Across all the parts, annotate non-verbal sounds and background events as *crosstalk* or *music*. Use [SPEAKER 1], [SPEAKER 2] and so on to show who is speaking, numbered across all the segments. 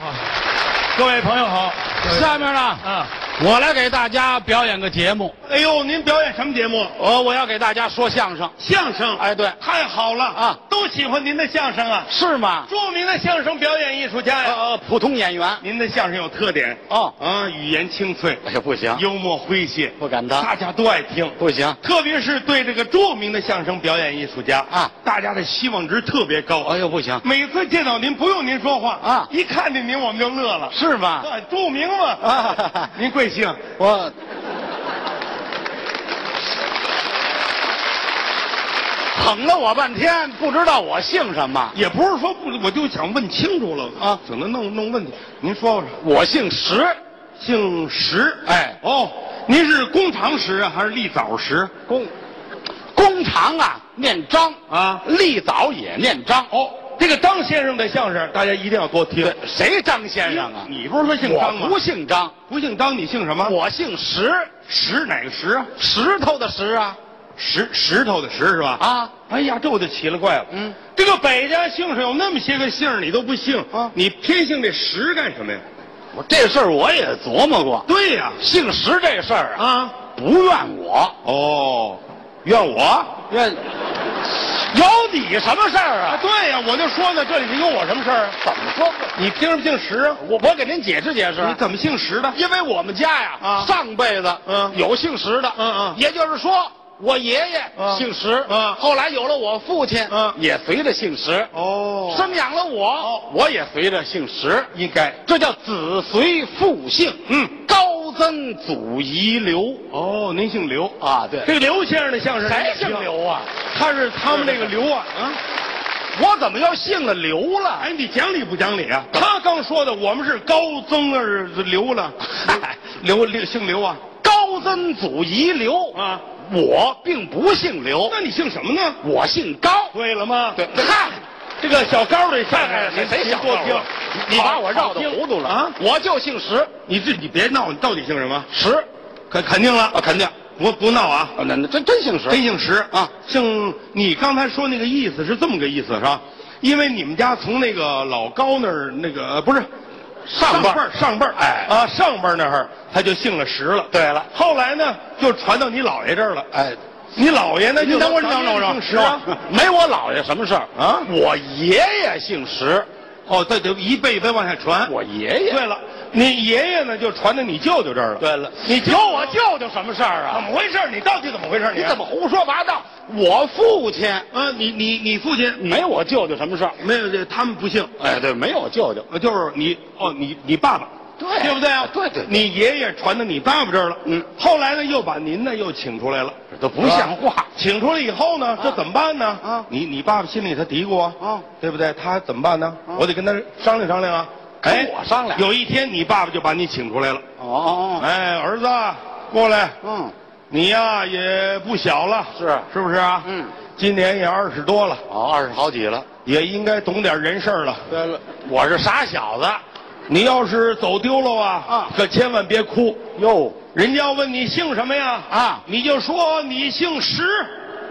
[SPEAKER 1] 啊各位朋友好，
[SPEAKER 2] 下面呢，
[SPEAKER 1] 啊，
[SPEAKER 2] 我来给大家表演个节目，呃
[SPEAKER 1] 哎呦，您表演什么节目？
[SPEAKER 2] 我我要给大家说相声。
[SPEAKER 1] 相声。
[SPEAKER 2] 哎，对，
[SPEAKER 1] 太好了
[SPEAKER 2] 啊
[SPEAKER 1] 都喜欢您的相声啊，
[SPEAKER 2] 是吗？
[SPEAKER 1] 著名的相声表演艺术家呀。
[SPEAKER 2] 呃，普通演员。
[SPEAKER 1] 您的相声有特点
[SPEAKER 2] 哦
[SPEAKER 1] 啊，语言清脆，
[SPEAKER 2] 哎呀，不行，
[SPEAKER 1] 幽默诙谐，
[SPEAKER 2] 不敢当，
[SPEAKER 1] 大家都爱听。
[SPEAKER 2] 不行。
[SPEAKER 1] 特别是对这个著名的相声表演艺术家
[SPEAKER 2] 啊，
[SPEAKER 1] 大家的期望值特别高。
[SPEAKER 2] 哎呦，不行，
[SPEAKER 1] 每次见到您，不用您说话
[SPEAKER 2] 啊
[SPEAKER 1] 一看见您我们就乐了。
[SPEAKER 2] 是吗？
[SPEAKER 1] 啊，著名嘛
[SPEAKER 2] 啊
[SPEAKER 1] 您贵姓？
[SPEAKER 2] 我捧了我半天，不知道我姓什么。
[SPEAKER 1] 也不是说不，我就想问清楚了
[SPEAKER 2] 啊
[SPEAKER 1] 怎么弄弄问题？您说说，
[SPEAKER 2] 我姓石，
[SPEAKER 1] 姓石，
[SPEAKER 2] 哎
[SPEAKER 1] 哦，您是工长石啊，还是立枣石？
[SPEAKER 2] 工工长啊，念张
[SPEAKER 1] 啊
[SPEAKER 2] 立早也念张。
[SPEAKER 1] 哦，这个张先生的相声大家一定要多听。
[SPEAKER 2] 对，谁张先生啊？
[SPEAKER 1] 你不是说姓张吗？
[SPEAKER 2] 我不姓张，
[SPEAKER 1] 不姓张，你姓什么？
[SPEAKER 2] 我姓石，
[SPEAKER 1] 石哪个石啊？
[SPEAKER 2] 石头的石啊
[SPEAKER 1] 石石头的石是吧？
[SPEAKER 2] 啊！
[SPEAKER 1] 哎呀，这我就奇了怪了。
[SPEAKER 2] 嗯，
[SPEAKER 1] 这个百家姓上有那么些个姓儿，你都不姓
[SPEAKER 2] 啊
[SPEAKER 1] 你偏姓这石干什么呀？
[SPEAKER 2] 我这事儿我也琢磨过，
[SPEAKER 1] 对呀、
[SPEAKER 2] 姓石这事儿啊，
[SPEAKER 1] 啊，
[SPEAKER 2] 不怨我，
[SPEAKER 1] 哦，怨我。
[SPEAKER 2] 怨有你什么事儿
[SPEAKER 1] 啊，
[SPEAKER 2] 啊？
[SPEAKER 1] 对呀、我就说呢，这里头有我什么事儿啊？
[SPEAKER 2] 怎么说不？
[SPEAKER 1] 你凭什么姓石啊？
[SPEAKER 2] 我我给您解释解释。
[SPEAKER 1] 你怎么姓石的？
[SPEAKER 2] 因为我们家呀，
[SPEAKER 1] 啊
[SPEAKER 2] 上辈子
[SPEAKER 1] 嗯
[SPEAKER 2] 有姓石的，
[SPEAKER 1] 嗯嗯
[SPEAKER 2] 也就是说。我爷爷
[SPEAKER 1] 嗯
[SPEAKER 2] 姓石，
[SPEAKER 1] 嗯
[SPEAKER 2] 后来有了我父亲，
[SPEAKER 1] 嗯
[SPEAKER 2] 也随着姓石，
[SPEAKER 1] 哦
[SPEAKER 2] 生养了我，我也随着姓石，
[SPEAKER 1] 应该
[SPEAKER 2] 这叫子随父姓，
[SPEAKER 1] 嗯，
[SPEAKER 2] 高曾祖遗留
[SPEAKER 1] 哦，您姓刘啊？
[SPEAKER 2] 啊，对，
[SPEAKER 1] 这个刘先生的相声
[SPEAKER 2] 谁姓？刘啊？
[SPEAKER 1] 他是他们这个刘啊啊！
[SPEAKER 2] 我怎么又姓了刘了？
[SPEAKER 1] 哎，你讲理不讲理啊？他刚说的，我们是高曾儿子刘 *laughs* 了，
[SPEAKER 2] 嗨
[SPEAKER 1] 刘刘姓刘啊？
[SPEAKER 2] 高曾祖遗留
[SPEAKER 1] 啊，
[SPEAKER 2] 我并不姓刘，
[SPEAKER 1] 哦那你姓什么呢？
[SPEAKER 2] 我姓高。
[SPEAKER 1] 对了吗？
[SPEAKER 2] 对，
[SPEAKER 1] *laughs*
[SPEAKER 2] 嗨，
[SPEAKER 1] 这个小高的相
[SPEAKER 2] 嗨
[SPEAKER 1] 声，
[SPEAKER 2] 谁
[SPEAKER 1] 您
[SPEAKER 2] 谁
[SPEAKER 1] 您
[SPEAKER 2] 想
[SPEAKER 1] 多
[SPEAKER 2] 到
[SPEAKER 1] 听
[SPEAKER 2] 我？你把我绕的糊涂了
[SPEAKER 1] 啊！
[SPEAKER 2] 我就姓石，
[SPEAKER 1] 你自己别闹，你到底姓什么？
[SPEAKER 2] 石
[SPEAKER 1] 肯肯定了
[SPEAKER 2] 啊，，肯定，
[SPEAKER 1] 不不闹啊！
[SPEAKER 2] 啊那那真真姓石，
[SPEAKER 1] 真姓石
[SPEAKER 2] 啊
[SPEAKER 1] 姓你刚才说那个意思是这么个意思是吧？因为你们家从那个老高那儿那个呃不是
[SPEAKER 2] 上辈
[SPEAKER 1] 辈
[SPEAKER 2] 儿
[SPEAKER 1] 儿上辈儿
[SPEAKER 2] 哎
[SPEAKER 1] 啊上辈儿那儿他就姓了石了。
[SPEAKER 2] 对了
[SPEAKER 1] 后来呢就传到你姥爷这儿了。
[SPEAKER 2] 哎，
[SPEAKER 1] 你姥爷呢？哎
[SPEAKER 2] 您
[SPEAKER 1] 就
[SPEAKER 2] 等会儿，
[SPEAKER 1] 说
[SPEAKER 2] 等
[SPEAKER 1] 咱
[SPEAKER 2] 等
[SPEAKER 1] 们姓
[SPEAKER 2] 等
[SPEAKER 1] 石啊。
[SPEAKER 2] 没我姥爷什么事儿
[SPEAKER 1] 啊
[SPEAKER 2] 我爷爷姓石，
[SPEAKER 1] 哦，对对，一辈一辈往下传。
[SPEAKER 2] 我爷爷。
[SPEAKER 1] 对了，你爷爷呢就传到你舅舅这儿了。
[SPEAKER 2] 对了，
[SPEAKER 1] 你舅
[SPEAKER 2] 有我舅舅什么事儿
[SPEAKER 1] 怎
[SPEAKER 2] 啊？
[SPEAKER 1] 么回事？你到底怎么回事？
[SPEAKER 2] 你怎
[SPEAKER 1] 么？
[SPEAKER 2] 么胡说八道？我父亲
[SPEAKER 1] 啊，你你你父亲
[SPEAKER 2] 没我舅舅什么事儿？
[SPEAKER 1] 没有？这他们不姓。
[SPEAKER 2] 哎，对，没有舅舅。
[SPEAKER 1] 呃，就是你哦，你你爸爸，
[SPEAKER 2] 对哎
[SPEAKER 1] 对不对啊？
[SPEAKER 2] 对对对
[SPEAKER 1] 你爷爷传到你爸爸这儿了，
[SPEAKER 2] 嗯，
[SPEAKER 1] 后来呢又把您呢又请出来了，
[SPEAKER 2] 这都不像
[SPEAKER 1] 是
[SPEAKER 2] 话
[SPEAKER 1] 吧请出来以后呢，这怎么办呢？
[SPEAKER 2] 啊
[SPEAKER 1] 你你爸爸心里他嘀咕啊，
[SPEAKER 2] 啊
[SPEAKER 1] 对不对？他怎么办呢？我得跟他商量商量啊。
[SPEAKER 2] 跟我商量
[SPEAKER 1] 有一天你爸爸就把你请出来了，
[SPEAKER 2] 哦，
[SPEAKER 1] 哎，儿子过来，
[SPEAKER 2] 嗯，
[SPEAKER 1] 你呀也不小了，
[SPEAKER 2] 是
[SPEAKER 1] 是不是啊？
[SPEAKER 2] 嗯，
[SPEAKER 1] 今年也二十多了，
[SPEAKER 2] 哦，二十好几了。
[SPEAKER 1] 也应该懂点人事儿了。
[SPEAKER 2] 对了，我是傻小子。
[SPEAKER 1] 你要是走丢了啊，
[SPEAKER 2] 啊
[SPEAKER 1] 可千万别哭。
[SPEAKER 2] 哟，
[SPEAKER 1] 人家要问你姓什么呀？
[SPEAKER 2] 啊
[SPEAKER 1] 你就说你姓石，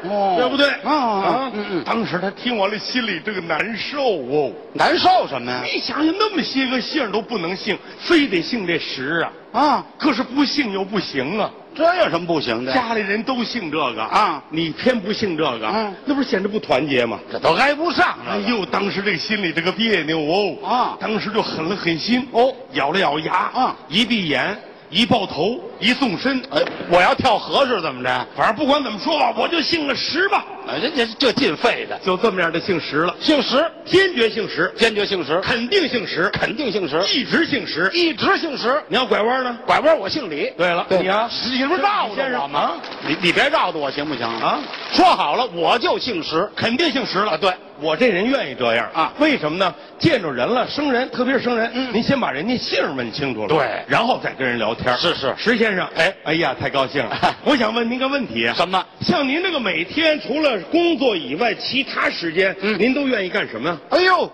[SPEAKER 2] 哦
[SPEAKER 1] 对不对？
[SPEAKER 2] 啊啊，嗯嗯，
[SPEAKER 1] 当时他听完了，心里这个难受哦。
[SPEAKER 2] 难受什么呀？
[SPEAKER 1] 你想想，那么些个姓都不能姓，非得姓这石啊。
[SPEAKER 2] 啊，
[SPEAKER 1] 可是不姓又不行啊，
[SPEAKER 2] 这有什么不行的？
[SPEAKER 1] 家里人都姓这个
[SPEAKER 2] 啊
[SPEAKER 1] 你偏不姓这个，
[SPEAKER 2] 嗯
[SPEAKER 1] 那不是显得不团结吗？
[SPEAKER 2] 这都挨不上
[SPEAKER 1] 哎
[SPEAKER 2] 哎呦，
[SPEAKER 1] 呦，当时这个心里这个别扭哦，
[SPEAKER 2] 啊
[SPEAKER 1] 当时就狠了狠心
[SPEAKER 2] 哦
[SPEAKER 1] 咬了咬牙，
[SPEAKER 2] 啊
[SPEAKER 1] 一闭眼，一抱头，一纵身，
[SPEAKER 2] 哎，我要跳河是怎么着？
[SPEAKER 1] 反正不管怎么说吧，我就姓了石吧，
[SPEAKER 2] 哎，这这这进肺的，
[SPEAKER 1] 就这么样的姓石了，
[SPEAKER 2] 姓石，
[SPEAKER 1] 坚决姓石，
[SPEAKER 2] 坚决姓石，
[SPEAKER 1] 肯定姓石，
[SPEAKER 2] 肯定姓石，
[SPEAKER 1] 一直姓石。
[SPEAKER 2] 一直姓石。
[SPEAKER 1] 你要拐弯呢？
[SPEAKER 2] 拐弯我姓李。
[SPEAKER 1] 对了你啊
[SPEAKER 2] 你不是绕
[SPEAKER 1] 先
[SPEAKER 2] 着
[SPEAKER 1] 生
[SPEAKER 2] 我吗
[SPEAKER 1] 啊？
[SPEAKER 2] 你你别绕着我行不行
[SPEAKER 1] 啊？
[SPEAKER 2] 说好了，我就姓石。
[SPEAKER 1] 肯定姓石了。
[SPEAKER 2] 啊对，
[SPEAKER 1] 我这人愿意这样
[SPEAKER 2] 啊
[SPEAKER 1] 为什么呢？见着人了，生人，特别是生人，
[SPEAKER 2] 嗯
[SPEAKER 1] 您先把人家姓儿问清楚了，
[SPEAKER 2] 对
[SPEAKER 1] 然后再跟人聊天。
[SPEAKER 2] 是是
[SPEAKER 1] 石先生，
[SPEAKER 2] 哎。
[SPEAKER 1] 哎呀，太高兴了我想问您个问题，啊
[SPEAKER 2] 什么？
[SPEAKER 1] 像您这个每天除了工作以外，其他时间，
[SPEAKER 2] 嗯
[SPEAKER 1] 您都愿意干什么呀？
[SPEAKER 2] 哎呦，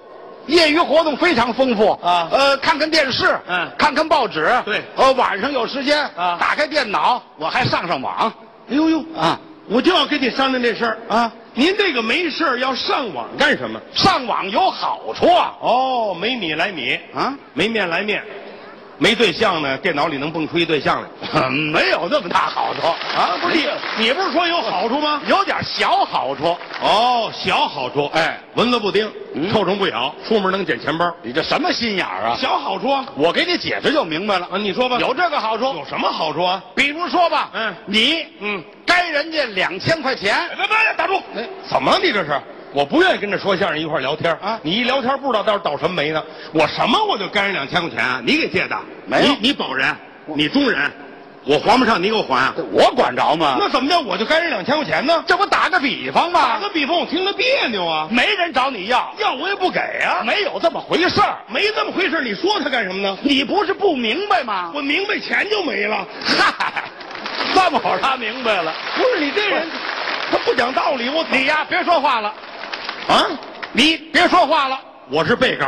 [SPEAKER 2] 业余活动非常丰富
[SPEAKER 1] 啊
[SPEAKER 2] 呃，看看电视，
[SPEAKER 1] 嗯
[SPEAKER 2] 看看报纸，
[SPEAKER 1] 对
[SPEAKER 2] 呃，晚上有时间
[SPEAKER 1] 啊
[SPEAKER 2] 打开电脑，我还上上网
[SPEAKER 1] 哎呦呦，
[SPEAKER 2] 啊，
[SPEAKER 1] 我就要跟你商量这事儿
[SPEAKER 2] 啊。
[SPEAKER 1] 您这个没事儿要上网干什么？
[SPEAKER 2] 上网有好处啊
[SPEAKER 1] 哦，没米来米
[SPEAKER 2] 啊， *laughs*
[SPEAKER 1] 没面来面，没对象呢，电脑里能蹦出一对象来。
[SPEAKER 2] 没有那么大好处啊！不是你，你不是说有好处吗？有点小好处。
[SPEAKER 1] 哦，小好处，哎，蚊子不叮，
[SPEAKER 2] 嗯
[SPEAKER 1] 臭虫不咬，出门能捡钱包。
[SPEAKER 2] 你这什么心眼儿啊？
[SPEAKER 1] 小好处啊，
[SPEAKER 2] 我给你解释就明白了。
[SPEAKER 1] 啊你说吧，
[SPEAKER 2] 有这个好处
[SPEAKER 1] 有，什么好处啊？
[SPEAKER 2] 比如说吧，
[SPEAKER 1] 嗯
[SPEAKER 2] 你
[SPEAKER 1] 嗯，
[SPEAKER 2] 该人家两千块钱，
[SPEAKER 1] 别别别，打住！哎怎么了啊你这是？我不愿意跟着说相声一块儿聊天
[SPEAKER 2] 啊
[SPEAKER 1] 你一聊天不知道到时候倒什么霉呢。我什么我就干人两千块钱啊，你给借的？
[SPEAKER 2] 没有
[SPEAKER 1] 你你保人，你中人，我还不上，你给我还啊？
[SPEAKER 2] 我管着吗？
[SPEAKER 1] 那怎么叫我就干人两千块钱呢？
[SPEAKER 2] 这啊不打个比方
[SPEAKER 1] 打
[SPEAKER 2] 吗？
[SPEAKER 1] 个比方，我听着别扭啊，
[SPEAKER 2] 没人找你要，
[SPEAKER 1] 要我也不给啊，
[SPEAKER 2] 没有这么回事儿。
[SPEAKER 1] 没这么回事，你说他干什么呢？
[SPEAKER 2] 你不是不明白吗？
[SPEAKER 1] 我明白钱就没了，
[SPEAKER 2] 嗨，这么会儿他明白了。
[SPEAKER 1] 不是你这人，他不讲道理，我
[SPEAKER 2] 你呀，别说话了，
[SPEAKER 1] 啊，
[SPEAKER 2] 你别说话了，
[SPEAKER 1] 我是被告，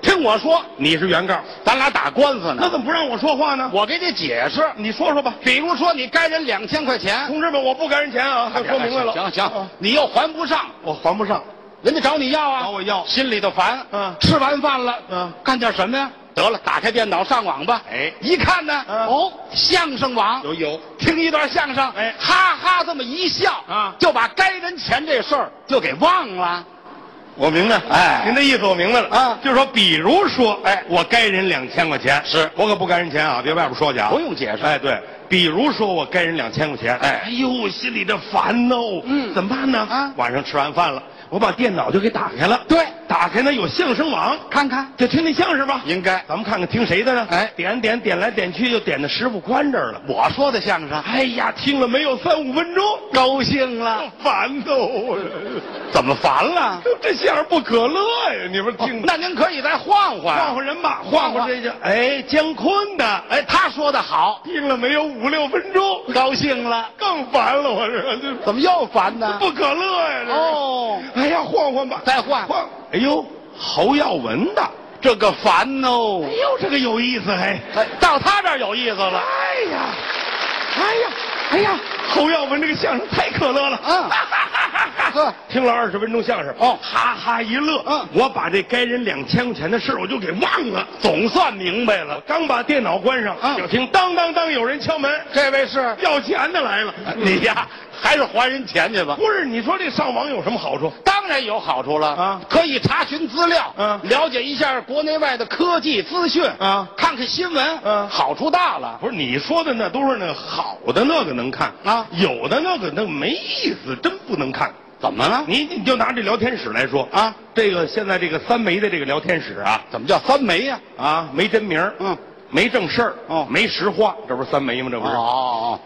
[SPEAKER 2] 听我说，
[SPEAKER 1] 你是原告，
[SPEAKER 2] 咱俩打官司
[SPEAKER 1] 那
[SPEAKER 2] 呢。
[SPEAKER 1] 怎么不让我说话呢？
[SPEAKER 2] 我给你解释，
[SPEAKER 1] 你说说吧，
[SPEAKER 2] 比如说你该人两千块钱，
[SPEAKER 1] 同志们，我不干人钱啊，我说明白了。
[SPEAKER 2] 行行
[SPEAKER 1] 啊，，
[SPEAKER 2] 你又还不上，
[SPEAKER 1] 我还不上，
[SPEAKER 2] 人家找你要啊，
[SPEAKER 1] 找我要
[SPEAKER 2] 心里头烦。
[SPEAKER 1] 嗯
[SPEAKER 2] 吃完饭了，
[SPEAKER 1] 嗯
[SPEAKER 2] 干点什么呀？得了，打开电脑上网吧。
[SPEAKER 1] 哎
[SPEAKER 2] 一看呢，
[SPEAKER 1] 嗯
[SPEAKER 2] 哦，相声网
[SPEAKER 1] 有有，
[SPEAKER 2] 听一段相声，
[SPEAKER 1] 哎
[SPEAKER 2] 哈哈，这么一笑
[SPEAKER 1] 啊
[SPEAKER 2] 就把该人钱这事儿就给忘了。
[SPEAKER 1] 我明白。
[SPEAKER 2] 哎
[SPEAKER 1] 您的意思我明白了
[SPEAKER 2] 啊
[SPEAKER 1] 就是说，比如说，
[SPEAKER 2] 哎
[SPEAKER 1] 我该人两千块钱，
[SPEAKER 2] 是
[SPEAKER 1] 我可不该人钱啊，别外边说去啊，
[SPEAKER 2] 不用解释
[SPEAKER 1] 哎，对，比如说我该人两千块钱，
[SPEAKER 2] 哎
[SPEAKER 1] 哎呦，心里这烦哦，
[SPEAKER 2] 嗯
[SPEAKER 1] 怎么办呢？
[SPEAKER 2] 啊
[SPEAKER 1] 晚上吃完饭了，我把电脑就给打开了，
[SPEAKER 2] 对
[SPEAKER 1] 打开呢有相声网，
[SPEAKER 2] 看看，
[SPEAKER 1] 就听听相声吧，
[SPEAKER 2] 应该
[SPEAKER 1] 咱们看看听谁的呢？
[SPEAKER 2] 哎
[SPEAKER 1] 点点点来点去，就点到石富宽这儿了。
[SPEAKER 2] 我说的相声，
[SPEAKER 1] 哎呀，听了没有三五分钟，
[SPEAKER 2] 高兴了，
[SPEAKER 1] 烦哦。
[SPEAKER 2] 怎么烦了？
[SPEAKER 1] 这相声不可乐呀，你们听着。
[SPEAKER 2] 哦那您可以再换换，
[SPEAKER 1] 换换人吧，换换这个。哎，姜昆的，
[SPEAKER 2] 哎，他说的好，
[SPEAKER 1] 听了没有五六分钟，
[SPEAKER 2] 高兴了，
[SPEAKER 1] 更烦了，我这这
[SPEAKER 2] 怎么又烦呢？
[SPEAKER 1] 不可乐呀，这。
[SPEAKER 2] 哦，
[SPEAKER 1] 哎呀，换换吧，
[SPEAKER 2] 再换
[SPEAKER 1] 换。哎呦，侯耀文的，
[SPEAKER 2] 这个烦哦。
[SPEAKER 1] 哎呦，这个有意思哎。
[SPEAKER 2] 哎，到他这儿有意思了。
[SPEAKER 1] 哎呀，哎呀，哎呀，侯耀文这个相声太可乐了。 *laughs*
[SPEAKER 2] 嗯
[SPEAKER 1] 哈哈哈哈
[SPEAKER 2] 呵
[SPEAKER 1] 哈听了二十分钟相声，
[SPEAKER 2] 哦
[SPEAKER 1] 哈哈一乐。
[SPEAKER 2] 嗯
[SPEAKER 1] 我把这该人两千块钱的事儿我就给忘了。
[SPEAKER 2] 总算明白了，
[SPEAKER 1] 刚把电脑关上，
[SPEAKER 2] 嗯
[SPEAKER 1] 就听当当当有人敲门，
[SPEAKER 2] 这位是
[SPEAKER 1] 要钱的来了。
[SPEAKER 2] 你呀，还是还人钱去吧。
[SPEAKER 1] 不是你说这上网有什么好处？
[SPEAKER 2] 当然有好处了
[SPEAKER 1] 啊
[SPEAKER 2] 可以查询资料，
[SPEAKER 1] 嗯
[SPEAKER 2] 了解一下国内外的科技资讯
[SPEAKER 1] 啊
[SPEAKER 2] 看看新闻，
[SPEAKER 1] 嗯
[SPEAKER 2] 好处大了。
[SPEAKER 1] 不是你说的那都是那好的那个能看
[SPEAKER 2] 啊
[SPEAKER 1] 有的那个那没意思，真不能看。
[SPEAKER 2] 怎么了？
[SPEAKER 1] 你你就拿这聊天室来说
[SPEAKER 2] 啊，
[SPEAKER 1] 这个现在这个三媒的这个聊天室啊
[SPEAKER 2] 怎么叫三媒呀、
[SPEAKER 1] 啊没真名儿
[SPEAKER 2] 嗯，
[SPEAKER 1] 没正事儿
[SPEAKER 2] 哦
[SPEAKER 1] 没实话，这不是三媒吗？这不是
[SPEAKER 2] 哦哦，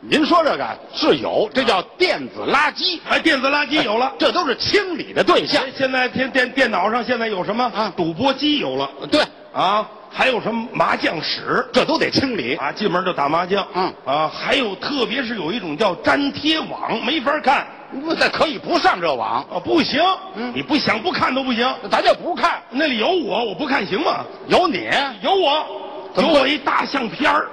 [SPEAKER 2] 您说这个是有，这叫电子垃圾，
[SPEAKER 1] 哎，电子垃圾有了。
[SPEAKER 2] 这都是清理的对象
[SPEAKER 1] 哎。现在电电电脑上现在有什么
[SPEAKER 2] 啊
[SPEAKER 1] 赌博机有了
[SPEAKER 2] 对，
[SPEAKER 1] 啊，还有什么麻将室？
[SPEAKER 2] 这都得清理。
[SPEAKER 1] 啊，进门就打麻将，
[SPEAKER 2] 嗯
[SPEAKER 1] 啊，还有特别是有一种叫粘贴网，没法看
[SPEAKER 2] 不那可以不上这网，
[SPEAKER 1] 啊，不行，
[SPEAKER 2] 嗯
[SPEAKER 1] 你不想不看都不行。
[SPEAKER 2] 咱就不看，
[SPEAKER 1] 那里有我，我不看行吗？
[SPEAKER 2] 有你。
[SPEAKER 1] 有我，
[SPEAKER 2] 怎
[SPEAKER 1] 有
[SPEAKER 2] 么
[SPEAKER 1] 我一大相片儿，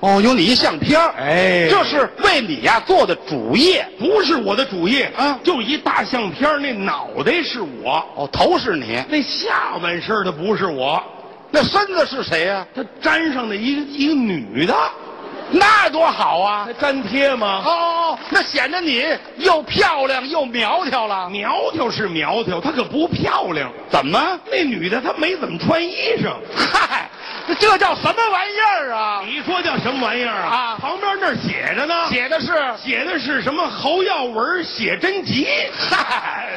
[SPEAKER 2] 哦，有你一相片儿
[SPEAKER 1] 哎
[SPEAKER 2] 这是为你呀、做的主业。
[SPEAKER 1] 不是我的主意
[SPEAKER 2] 啊
[SPEAKER 1] 就一大相片儿，那脑袋是我，
[SPEAKER 2] 哦，头是你，
[SPEAKER 1] 那下半身儿的不是我，
[SPEAKER 2] 那身子是谁呀、
[SPEAKER 1] 他粘上的一个一个女的，
[SPEAKER 2] 那多好啊！
[SPEAKER 1] 还粘贴吗？
[SPEAKER 2] 哦，那显得你又漂亮又苗条了。
[SPEAKER 1] 苗条是苗条，她可不漂亮。
[SPEAKER 2] 怎么？
[SPEAKER 1] 那女的她没怎么穿衣裳。
[SPEAKER 2] 嗨，这叫什么玩意儿啊？
[SPEAKER 1] 你说叫什么玩意儿啊？
[SPEAKER 2] 啊
[SPEAKER 1] 旁边那儿写着呢，
[SPEAKER 2] 写的是
[SPEAKER 1] *laughs* 写的是什么侯耀文写真集。
[SPEAKER 2] 嗨，